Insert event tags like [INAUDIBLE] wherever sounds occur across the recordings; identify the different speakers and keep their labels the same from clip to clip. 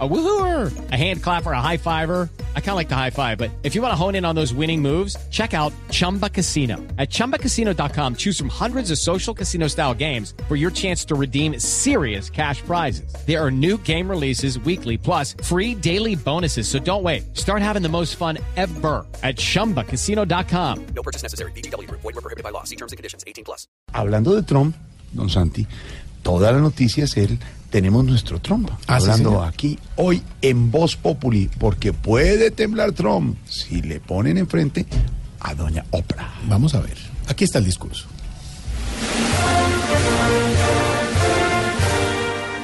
Speaker 1: A woohooer, a hand clapper, a high fiver. I kind of like the high five, but if you want to hone in on those winning moves, check out Chumba Casino. At chumbacasino.com, choose from hundreds of social casino style games for your chance to redeem serious cash prizes. There are new game releases weekly, plus free daily bonuses. So don't wait. Start having the most fun ever at chumbacasino.com.
Speaker 2: No purchase necessary. BGW. Void were prohibited by law. See terms and conditions. 18 plus.
Speaker 3: Hablando de Trump, don Santi, toda la noticia es el tenemos nuestro Trump.
Speaker 4: Ah, sí,
Speaker 3: hablando
Speaker 4: señor.
Speaker 3: aquí hoy en Voz Populi, porque puede temblar Trump si le ponen enfrente a doña Oprah.
Speaker 4: Vamos a ver. Aquí está el discurso.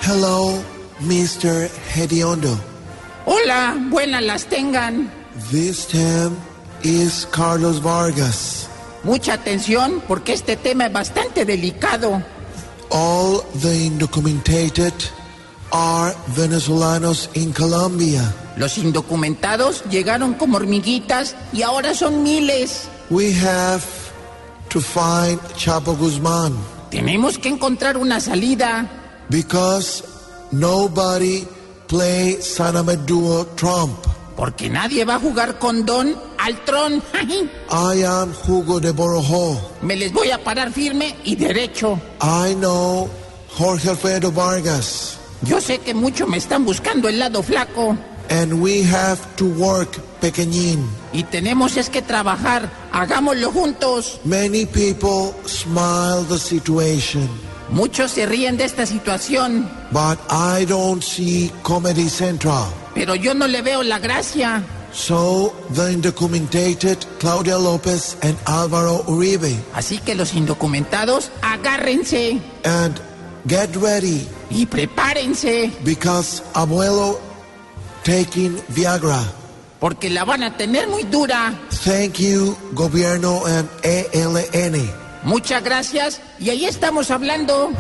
Speaker 5: Hello, Mr. Hediondo.
Speaker 6: Hola, buenas las tengan.
Speaker 5: This time is Carlos Vargas.
Speaker 6: Mucha atención porque este tema es bastante delicado.
Speaker 5: All the undocumented are Venezolanos in Colombia.
Speaker 6: Los indocumentados llegaron como hormiguitas y ahora son miles.
Speaker 5: We have to find Chapo Guzman
Speaker 6: Tenemos que encontrar una salida.
Speaker 5: because nobody play Saname Duo Trump.
Speaker 6: Porque nadie va a jugar con Don al Tron. [LAUGHS]
Speaker 5: I am Hugo de Borojo.
Speaker 6: Me les voy a parar firme y derecho.
Speaker 5: I know Jorge Alfredo Vargas.
Speaker 6: Yo sé que mucho me están buscando el lado flaco.
Speaker 5: And we have to work Pequeñin.
Speaker 6: Y tenemos es que trabajar. Hagámoslo juntos.
Speaker 5: Many people smile the situation,
Speaker 6: Muchos se ríen de esta situación,
Speaker 5: but I don't see Comedy Central.
Speaker 6: pero yo no le veo la gracia.
Speaker 5: So the undocumented Claudia Lopez and Alvaro Uribe.
Speaker 6: Así que los indocumentados, agárrense
Speaker 5: And get ready
Speaker 6: y prepárense,
Speaker 5: because Abuelo taking Viagra.
Speaker 6: porque la van a tener muy dura.
Speaker 5: Thank you, Gobierno and ALN.
Speaker 6: Muchas gracias y ahí estamos hablando.